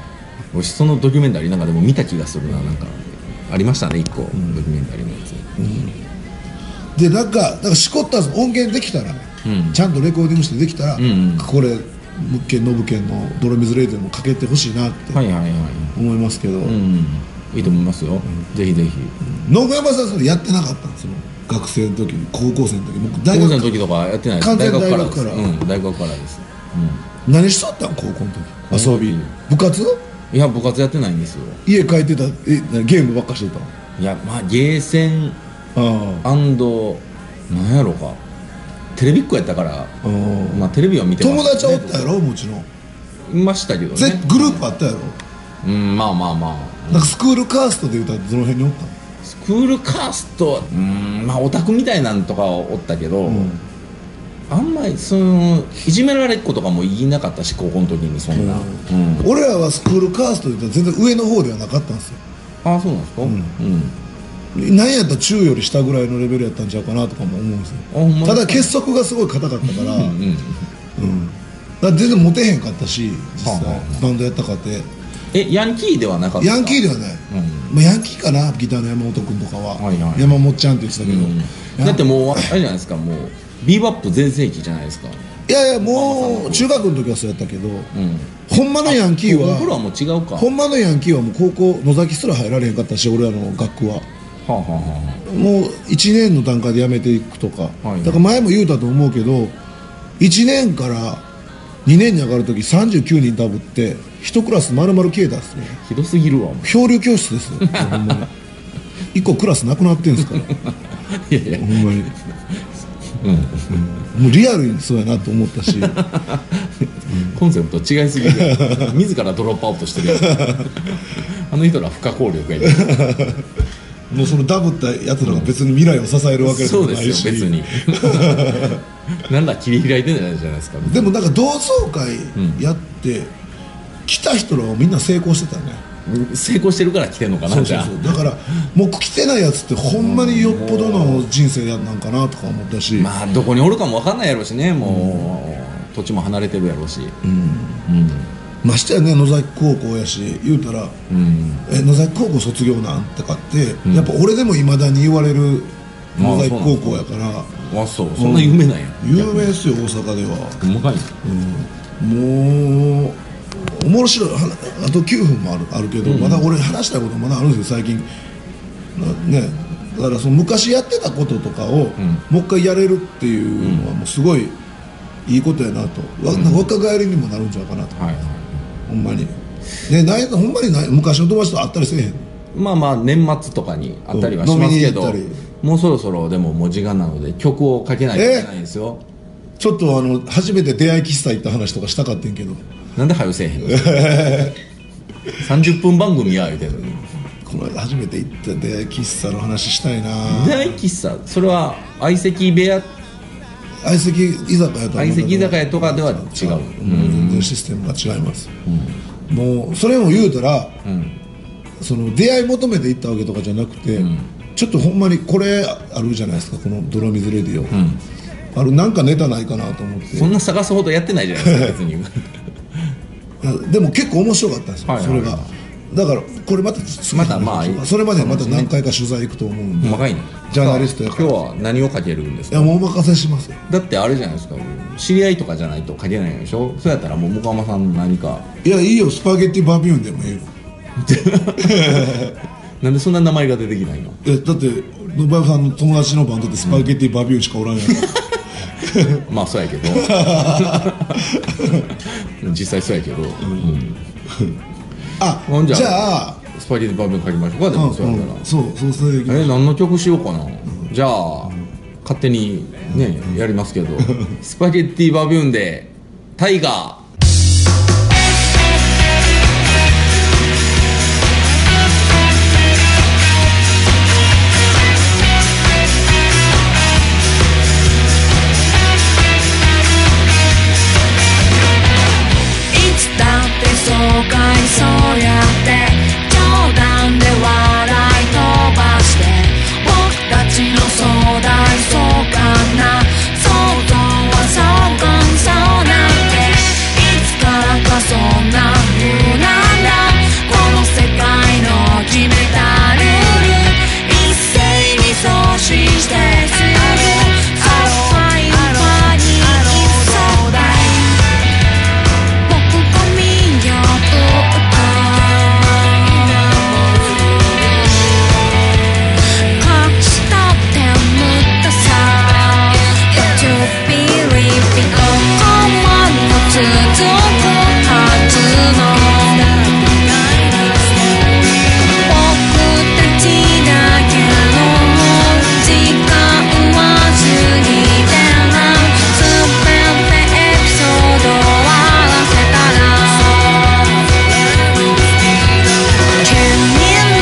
Speaker 1: 俺そのドキュメンタリーなんかでも見た気がするななんかありましたね一個、ドキュメンタリーのやつ
Speaker 2: でなんかなんかしこったんです音源できたら、ちゃんとレコーディングしてできたら、
Speaker 1: んうん
Speaker 2: これムッケンノブケンの「泥水レイデン」もかけてほしいなって
Speaker 1: はいはいはい
Speaker 2: 思いますけど、
Speaker 1: うんいいと思いますよ、ぜひぜひ
Speaker 2: 野川山さんそれやってなかったんですよ学生の時高校生の時僕
Speaker 1: 高
Speaker 2: 大
Speaker 1: 校
Speaker 2: 学
Speaker 1: 生の時とかやってないです
Speaker 2: 完全に
Speaker 1: からです
Speaker 2: 大学から
Speaker 1: うん、大学からです、
Speaker 2: 何しとったん高校の時遊び部活
Speaker 1: うん、いや部活やってないんですよ
Speaker 2: 家帰ってたえなゲームばっかしてた
Speaker 1: いやまあゲーセン
Speaker 2: ああ
Speaker 1: なんやろかテレビっ子やったから
Speaker 2: ああ
Speaker 1: まあテレビは見てま
Speaker 2: 友
Speaker 1: し
Speaker 2: 達
Speaker 1: た
Speaker 2: お
Speaker 1: ね
Speaker 2: ったやろもちろん
Speaker 1: いましたけど
Speaker 2: ぜ
Speaker 1: ね
Speaker 2: グループあったやろ
Speaker 1: うんまあまあまあ
Speaker 2: なんかスクールカーストで言うたらどの辺におったの
Speaker 1: スクールカーストはうんまあオタクみたいなんとかはおったけど、
Speaker 2: ん
Speaker 1: あんまりそのいじめられっ子とかも言いなかったし高校の時にそんな、うん
Speaker 2: 俺らはスクールカーストで言ったら全然上の方ではなかったんですよ
Speaker 1: ああそうなんですかうん、
Speaker 2: なんやったら中より下ぐらいのレベルやったんちゃうかなとかも思うんですよ
Speaker 1: あほんま
Speaker 2: ただ
Speaker 1: です
Speaker 2: 結束がすごい硬かったから,、
Speaker 1: かうん
Speaker 2: だから全然モテへんかったし実際、
Speaker 1: はあは
Speaker 2: バンドやったかって
Speaker 1: えヤンキーではなかった
Speaker 2: ヤンキー
Speaker 1: で
Speaker 2: ではない、まあ、ヤンキーかなギターの山本君とかは、
Speaker 1: はいはい
Speaker 2: 山本ちゃんって言ってたけど、
Speaker 1: だってもうあれじゃないですかもうビーバップ全盛期じゃないですか
Speaker 2: いやいやもう中学の時はそうやったけど、
Speaker 1: うん
Speaker 2: ほんまのヤンキー
Speaker 1: 僕らはもう違うか
Speaker 2: ほんまのヤンキーはもう高校野崎すら入られへんかったし俺らの学区は
Speaker 1: はあはあは
Speaker 2: もう1年の段階で辞めていくとか、
Speaker 1: はいはい
Speaker 2: だから前も言うたと思うけど1年から2年に上がる時39人ダブって1クラス丸々消えたんですね
Speaker 1: あひどすぎるわもう
Speaker 2: 漂流教室です
Speaker 1: <laughs>
Speaker 2: よほんまに1個クラスなくなってんですから
Speaker 1: いやいや
Speaker 2: ほんまに、うんもうリアルにそうやなと思ったし
Speaker 1: コンセプト違いすぎる
Speaker 2: <laughs>
Speaker 1: やん自らドロップアウトしてるやんあの人ら不可抗力やけど
Speaker 2: もうそのダブったやつらが別に未来を支えるわけで
Speaker 1: そ
Speaker 2: も
Speaker 1: う
Speaker 2: な
Speaker 1: で
Speaker 2: いし
Speaker 1: すよ別
Speaker 2: <laughs>
Speaker 1: になんだ切り開いてんじゃないじゃないですか
Speaker 2: でもなんか同窓会やって、来た人らはみんな成功してたね
Speaker 1: 成功してるから来てんのかな
Speaker 2: そう
Speaker 1: じ
Speaker 2: そう
Speaker 1: ゃあ
Speaker 2: そうだからもう来てないやつってほんまによっぽどの人生やなんかなとか思ったし、
Speaker 1: まあどこにおるかも分かんないやろうしねもう、土地も離れてるやろうし
Speaker 2: ましてやね野崎高校やし言うたら、え野崎高校卒業なんとかって、やっぱ俺でもいまだに言われる野崎高校やから、
Speaker 1: あそうそんな有名なんや、
Speaker 2: 有名ですよ大阪では
Speaker 1: 細かい
Speaker 2: もう面白いはあと9分もあるあるけど、まだ俺話したいことまだあるんですよ最近なねだからその昔やってたこととかを、もう一回やれるっていうのはもうすごいいいことやなと、わなんか若返りにもなるんちゃうかなと、
Speaker 1: はい
Speaker 2: ほんまにねないほんまにない昔の友達と会ったりせえへん
Speaker 1: まあまあ年末とかにあったりはしますけ
Speaker 2: うん
Speaker 1: ど
Speaker 2: 飲みに行った
Speaker 1: もうそろそろでももう時間なので曲をかけないといけないんですよ
Speaker 2: ちょっとあの初めて出会い喫茶行った話とかしたかってんけど
Speaker 1: なんで早よせえへんの30分番組や言うてるのに
Speaker 2: この間初めて行った出会い喫茶の話したいな
Speaker 1: 出会い喫茶それは相席部屋
Speaker 2: 相席居酒屋とは
Speaker 1: 相
Speaker 2: 思うんだけど
Speaker 1: 席居酒屋とかでは違う
Speaker 2: もう全然システムが違います、もうそれも言うたら、その出会い求めて行ったわけとかじゃなくて、ちょっとほんまにこれあるじゃないですかこの「泥水レディオ」あるなんかネタないかなと思って
Speaker 1: そんな探すほどやってないじゃない
Speaker 2: <laughs>
Speaker 1: ですか別に
Speaker 2: でも結構面白かったんですよ、
Speaker 1: はいはいはい
Speaker 2: それがだからこれまた次
Speaker 1: またまあ
Speaker 2: それまではまた何回か取材行くと思うんで、
Speaker 1: 細かいな
Speaker 2: ジャーナリストやから
Speaker 1: 今日は何をかけるんです
Speaker 2: い
Speaker 1: か
Speaker 2: やもうお任せしますよ
Speaker 1: だってあれじゃないですか知り合いとかじゃないとかけないでしょそうやったらもう向山さん何か
Speaker 2: いやいいよスパゲッティバービューンでもいいよ
Speaker 1: なんでそんな名前が出てきないの
Speaker 2: いやだって野場さんの友達のバンドってスパゲッティバービューンしかお
Speaker 1: <laughs>
Speaker 2: らんやろ
Speaker 1: まあそうやけ
Speaker 2: <laughs>
Speaker 1: ど実際そうやけど、
Speaker 2: あ
Speaker 1: ほんじゃ
Speaker 2: じゃあ
Speaker 1: スパゲティバーベン書きましょうかでもそうやったら、
Speaker 2: そうそうそれでいきま
Speaker 1: え何の曲しようかな、じゃあ勝手にねやりますけ <laughs> どスパゲッティバビューンで「タイガー」
Speaker 3: 「タイガー」そりゃって冗談で笑い飛ばして僕たちの壮大そうかな想像はそうかんそうなんていつからかそんな風なんだこの世界の決めたルール一斉に送信してすぐそうはインパニーそうだい僕が見ようと「僕が見ようと」「隠したって無駄さ」「But you believe it」「ここまで続くはずの」「僕たちだけの時間は過ぎてない」「全てエピソードは合わせたら」「君の言葉の続きを」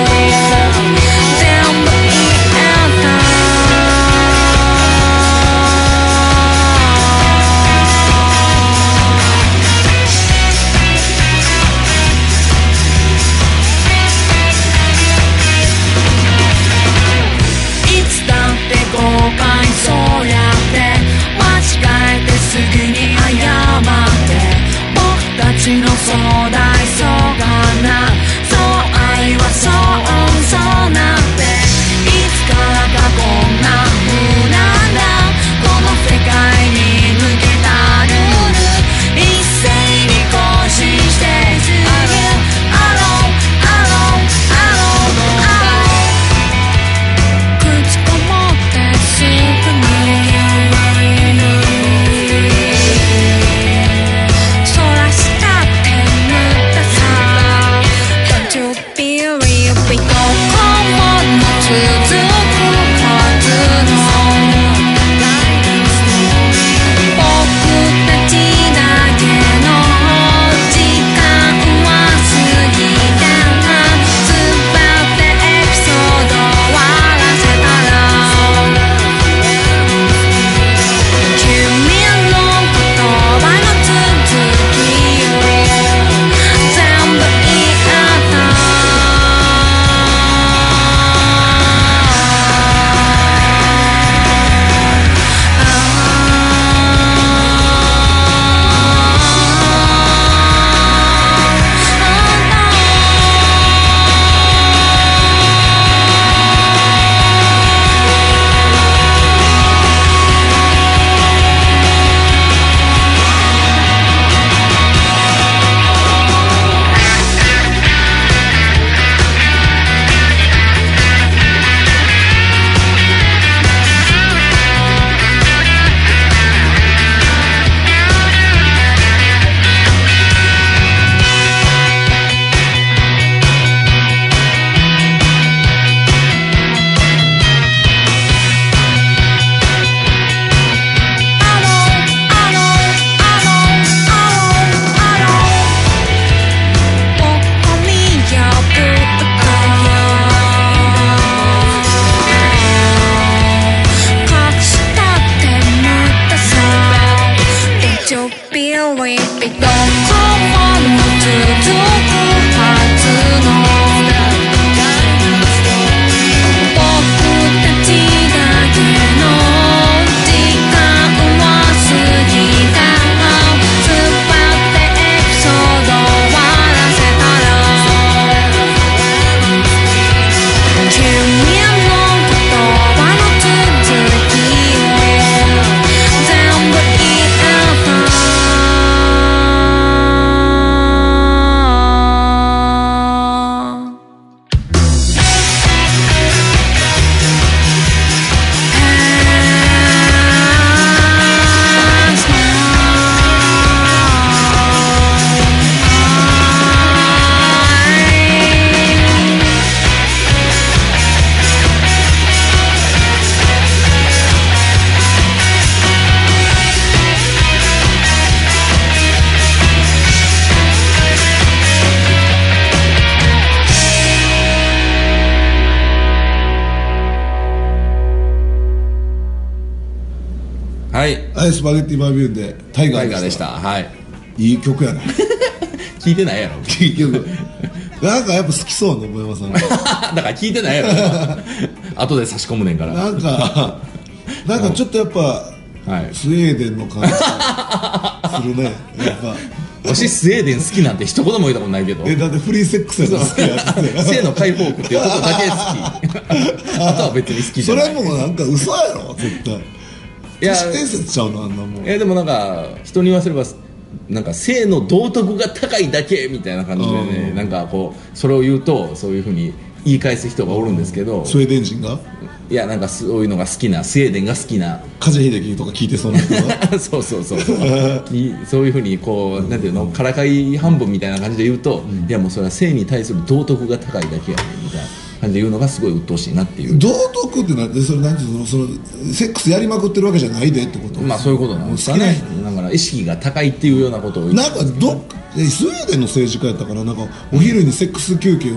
Speaker 3: 「全部言えた」いつだって後悔そうやって間違えてすぐに謝って僕たちの壮大そうかなそう愛はそうそうなんていつからかこんな風なんだこの世界に向けたルール一斉に更新してすぐアローアローアローアロー口こもってすぐにそらしたって塗ったさ Don't you believe it どこも続くはずの僕たちだけの時間は過ぎたなすべてエピソード終わらせたら君の言葉の続きを全部言った「アローアローアローアローアロー」「おこみやぶとかよ」「かくしたってむったさ」「でちょびりびどこまでもつづくはずの」僕たちだけの時間は過ぎてない全部言えたすばってエピソード終わらせたら君の言葉の続きを全部言えた
Speaker 1: はい
Speaker 2: はい、スパゲッティバービューでタイガ
Speaker 1: タ
Speaker 2: ー
Speaker 1: イ
Speaker 2: で
Speaker 1: ガーで
Speaker 2: し。
Speaker 1: したたはい
Speaker 2: いい曲やな
Speaker 1: 聞いてないやろ <laughs>
Speaker 2: 結局なんかやっぱ好きそうね小山さんが
Speaker 1: だから聞いてないやろ <laughs> 後で差し込むねんから
Speaker 2: なんかなんかちょっとやっぱ
Speaker 1: はい
Speaker 2: スウェーデンの感じするねやっぱ
Speaker 1: わしスウェーデン好きなんて一言も言ったことないけど
Speaker 2: えだってフリーセックスやから好きやつって
Speaker 1: 性の解放区っていうことだけ好 <laughs> きあとは別に好きじ
Speaker 2: そ
Speaker 1: ゃ
Speaker 2: れ
Speaker 1: な
Speaker 2: はいもうなんか嘘やろ絶対
Speaker 1: いや
Speaker 2: 都市伝説ちゃうのあんなもん
Speaker 1: いやでもなんか人に言わせればなんか性の道徳が高いだけみたいな感じでね
Speaker 2: うん
Speaker 1: なんかこうそれを言うとそういうふうに言い返す人がおるんですけど
Speaker 2: スウェーデン人が
Speaker 1: いやなんかそういうのが好きなスウェーデンが好きな <laughs>
Speaker 2: 梶秀樹とか聞いてそうな人が
Speaker 1: そうそうそうそういそういうふうにこうなんていうのからかい半分みたいな感じで言うといやもうそれは性に対する道徳が高いだけやねみたいな感じで言うのがすごい鬱陶しいなっていう
Speaker 2: 道徳ってなんでそれなんていうのそのセックスやりまくってるわけじゃないでってこと
Speaker 1: まあそういうことなんですか
Speaker 2: もう
Speaker 1: ね
Speaker 2: 好きな
Speaker 1: だから意識が高いっていうようなことを言う
Speaker 2: なんかどえスウェーデンの政治家やったからなんかお昼にセックス休憩を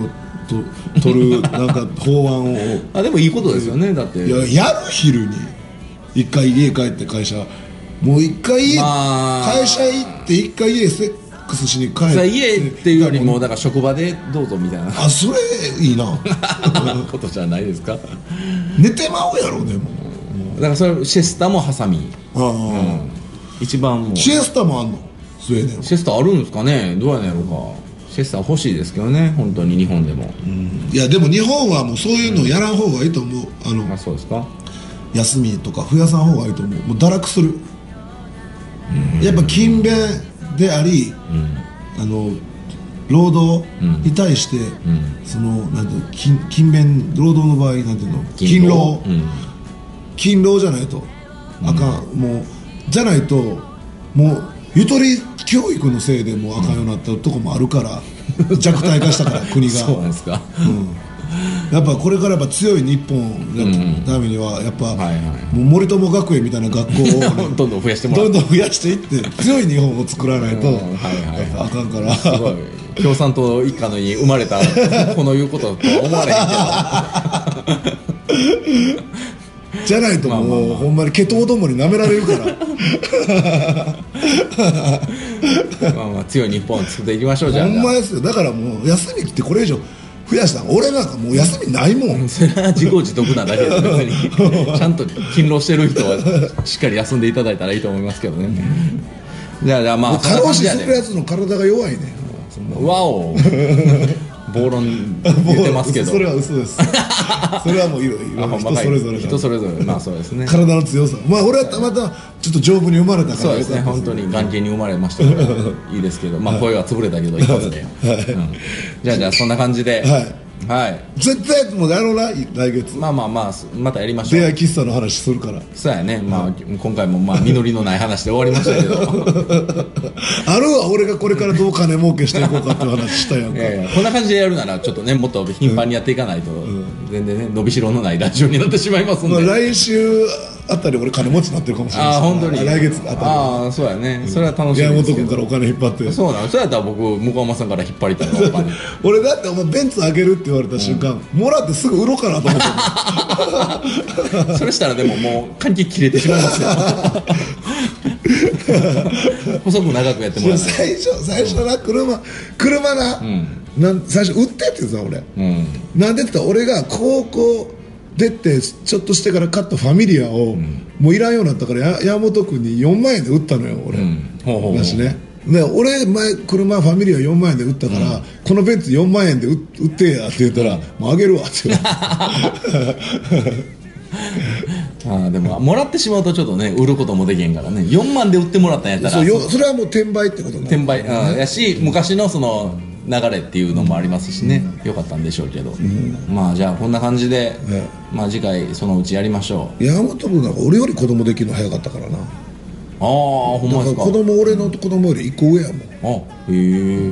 Speaker 2: と取
Speaker 1: <laughs>
Speaker 2: るなんか法案を
Speaker 1: あでもいいことですよねだって
Speaker 2: いややる昼に一回家帰って会社もう一回家、
Speaker 1: まあ
Speaker 2: 会社行って一回家セックスしに帰っ
Speaker 1: さあ
Speaker 2: て
Speaker 1: 家っていうよりもだから職場でどうぞみたいな
Speaker 2: あそれいいな
Speaker 1: ことじゃないですかだか
Speaker 2: 寝てまうやろでも
Speaker 1: らそれシェスタもハサミ
Speaker 2: ああ、
Speaker 1: 一番もうシ
Speaker 2: シエスタもあんのスウェーデンは
Speaker 1: ェスタあるんですかねどうやねんやろうかシェスタ欲しいですけどね本当に日本でも、
Speaker 2: いやでも日本はもうそういうのやらん方がいいと思うあ
Speaker 1: まあ
Speaker 2: の
Speaker 1: そうですか
Speaker 2: 休みとか増やさん方がいいと思うもう堕落するやっぱ勤勉であり、あの労働に対して、そのなんていうの勤勤勉労働の場合なんていうの勤労
Speaker 1: うん
Speaker 2: 勤労じゃないとあかん、もうじゃないともうゆとり教育のせいでもうあかんようになったとこもある <laughs> から、弱体化したから国が
Speaker 1: そうなんですか、
Speaker 2: やっぱこれからやっぱ強い日本のためにはやっぱ、
Speaker 1: はいはい
Speaker 2: もう森友学園みたいな学校を
Speaker 1: <laughs> どんどん増やしてもら
Speaker 2: ど
Speaker 1: うん
Speaker 2: どん増やしていって強い日本を作らないと、
Speaker 1: うんはいはいはい
Speaker 2: やっぱあかんか
Speaker 1: すご
Speaker 2: ら
Speaker 1: い共産党一家のに生まれたこの言うこととは思われへんけど
Speaker 2: <laughs> じゃないともう、ほんまに毛頭どもに舐められる
Speaker 1: <laughs>
Speaker 2: から
Speaker 1: <laughs> まあまあ強い日本を作っていきましょうじゃあ
Speaker 2: ほんまですよだからもう休みってこれ以上増やしたら俺なんかもう休みないもん
Speaker 1: それは自業自得なだけです別にちゃんと勤労してる人はしっかり休んでいただいたらいいと思いますけどねじゃあじゃあまあ
Speaker 2: 過労死
Speaker 1: そんな感じ
Speaker 2: する
Speaker 1: や
Speaker 2: やつの体が弱いね
Speaker 1: でわお暴論言ってますけど
Speaker 2: それは嘘
Speaker 1: <laughs>
Speaker 2: ですそれはもういろい
Speaker 1: あほ
Speaker 2: ろ
Speaker 1: んま
Speaker 2: 人
Speaker 1: かい
Speaker 2: それぞれだ
Speaker 1: 人それぞれまあそうですね
Speaker 2: 体の強さまあ俺はたまたまちょっと丈夫に生まれたか
Speaker 1: そう
Speaker 2: ら
Speaker 1: で
Speaker 2: よ
Speaker 1: す
Speaker 2: か
Speaker 1: ね
Speaker 2: った
Speaker 1: 本当に眼形に生まれましたからいいですけどまあ声は潰れたけど一発で、うんじゃあじゃあそんな感じで
Speaker 2: はい
Speaker 1: はい、
Speaker 2: 絶対もうやろうな来月
Speaker 1: まあまあまあまたやりましょ
Speaker 2: 出
Speaker 1: う
Speaker 2: 会い喫茶の話するから
Speaker 1: そうやねまあ今回もまあ実りのない話で終わりましたけど
Speaker 2: あるは俺がこれからどう金儲けしていこうかって話したやんか、
Speaker 1: <laughs> ええこんな感じでやるならちょっとねもっと頻繁にやっていかないと、全然ね伸びしろのないラジオになってしまいますんで、
Speaker 2: まあ、来週あたり俺金持ちになってるかもしれない
Speaker 1: ああ本当に
Speaker 2: 来月あた
Speaker 1: ああそうやねそれは楽
Speaker 2: り
Speaker 1: しみ
Speaker 2: 山
Speaker 1: です
Speaker 2: 本
Speaker 1: けど
Speaker 2: 君からお金引っ張って
Speaker 1: そうなのそうやったら僕向山さんから引っ張りたいわお金
Speaker 2: 俺だってお前ベンツあげるって言われた瞬間、もらってすぐ売ろうかなと思って <laughs>
Speaker 1: それしたらでももう関係切れてしまいますよ細く長くやっても
Speaker 2: い
Speaker 1: ら
Speaker 2: や
Speaker 1: えない
Speaker 2: 最初最初な車車な,、なん最初売ってって言ってた俺、なんでって言ったら俺が高校出てちょっとしてから買ったファミリアを、もういらんようになったからや山本君に4万円で売ったのよ俺、
Speaker 1: うんほうほうほう
Speaker 2: だしねで俺前車ファミリア4万円で売ったから、このベンツ4万円で売売ってやって言ったら、もうあげるわっ
Speaker 1: <laughs>
Speaker 2: て言われて
Speaker 1: ああでももらってしまうとちょっとね売ることもできへんからね4万で売ってもらったんやったら
Speaker 2: そうよそれはもう転売ってことになる
Speaker 1: 転売、うん、やし昔のその流れっていうのもありますしね、良かったんでしょうけど、まあじゃあこんな感じで、
Speaker 2: え
Speaker 1: まあ次回そのうちやりましょう
Speaker 2: 山本君なんか俺より子供できるの早かったからな
Speaker 1: ああほんまで
Speaker 2: だ
Speaker 1: す
Speaker 2: か
Speaker 1: から
Speaker 2: 子供俺の子供より1個上やも
Speaker 1: あ
Speaker 2: ん
Speaker 1: へえ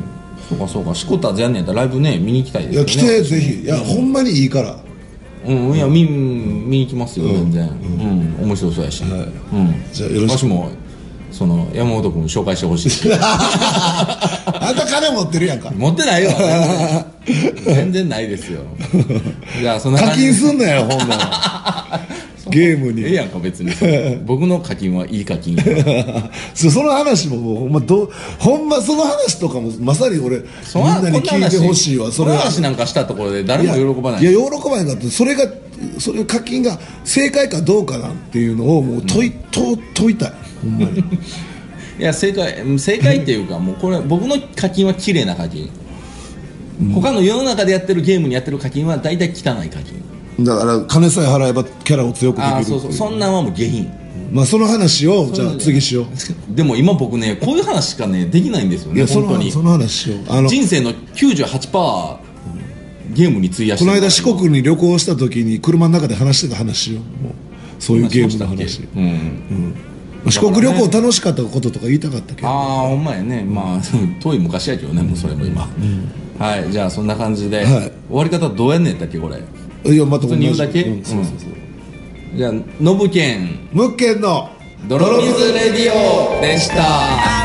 Speaker 1: そうかそうかしこたずやんねやったらライブね見に行きたいです
Speaker 2: い
Speaker 1: よ
Speaker 2: や
Speaker 1: ね
Speaker 2: 来てぜひいやほんまにいいから
Speaker 1: うんいや見見に行きますよ全然うん、面白そうやし、うん
Speaker 2: じゃあよろしく
Speaker 1: 私もその山本君紹介してほしい <laughs> です
Speaker 2: あんた金持ってるや
Speaker 1: <laughs>
Speaker 2: んか
Speaker 1: 持ってないよ全然全然ないですよじゃあそんな
Speaker 2: 課
Speaker 1: 感じ
Speaker 2: 金すんなよほんなら
Speaker 1: <laughs> そ
Speaker 2: ゲームに
Speaker 1: ええやんか別に僕の課金はいい課金や
Speaker 2: そうその話ももうほんまどうほんまその話とかもまさに俺みん
Speaker 1: そん
Speaker 2: なに聞いてほしいわ
Speaker 1: そ
Speaker 2: そ
Speaker 1: れ
Speaker 2: れは
Speaker 1: 話なんかしたところで誰も喜ばない
Speaker 2: やや喜ばないかってそれがそれ課金が正解かどうかなんていうのをもう問い,、問問いたいほんまに
Speaker 1: いや正解うん正解っていうかもうこれ僕の課金は綺麗な課金、他の世の中でやってるゲームにやってる課金は大体汚い課金
Speaker 2: だから金さえ払えばキャラを強くできる
Speaker 1: ああそうそうそんなんはもう下品
Speaker 2: まあ、その話をじゃあ次しよう
Speaker 1: でも今僕ねこういう話しかねできないんですよ
Speaker 2: い
Speaker 1: ね
Speaker 2: やその
Speaker 1: 本当に
Speaker 2: その話しようあの
Speaker 1: 人生の98%ゲームに費やして
Speaker 2: この間
Speaker 1: し
Speaker 2: 四国に旅行した時に車の中で話してた話よもうそういうゲームの話、
Speaker 1: うん、
Speaker 2: まあ四国旅行楽しかったこととか言いたかったけ
Speaker 1: あ
Speaker 2: ど
Speaker 1: あほんまやねまあ <laughs> 遠い昔やけどねもうそれも今、はいじゃあそんな感じで、
Speaker 2: はい
Speaker 1: 終わり方どうやんねんだっけこれ
Speaker 2: いやまた
Speaker 1: 普通
Speaker 2: 同
Speaker 1: に言
Speaker 2: じ
Speaker 1: うだけ、
Speaker 2: うんそうそうそう
Speaker 1: うんじゃあノブケン
Speaker 2: ムッケンの
Speaker 1: 泥水レディオでした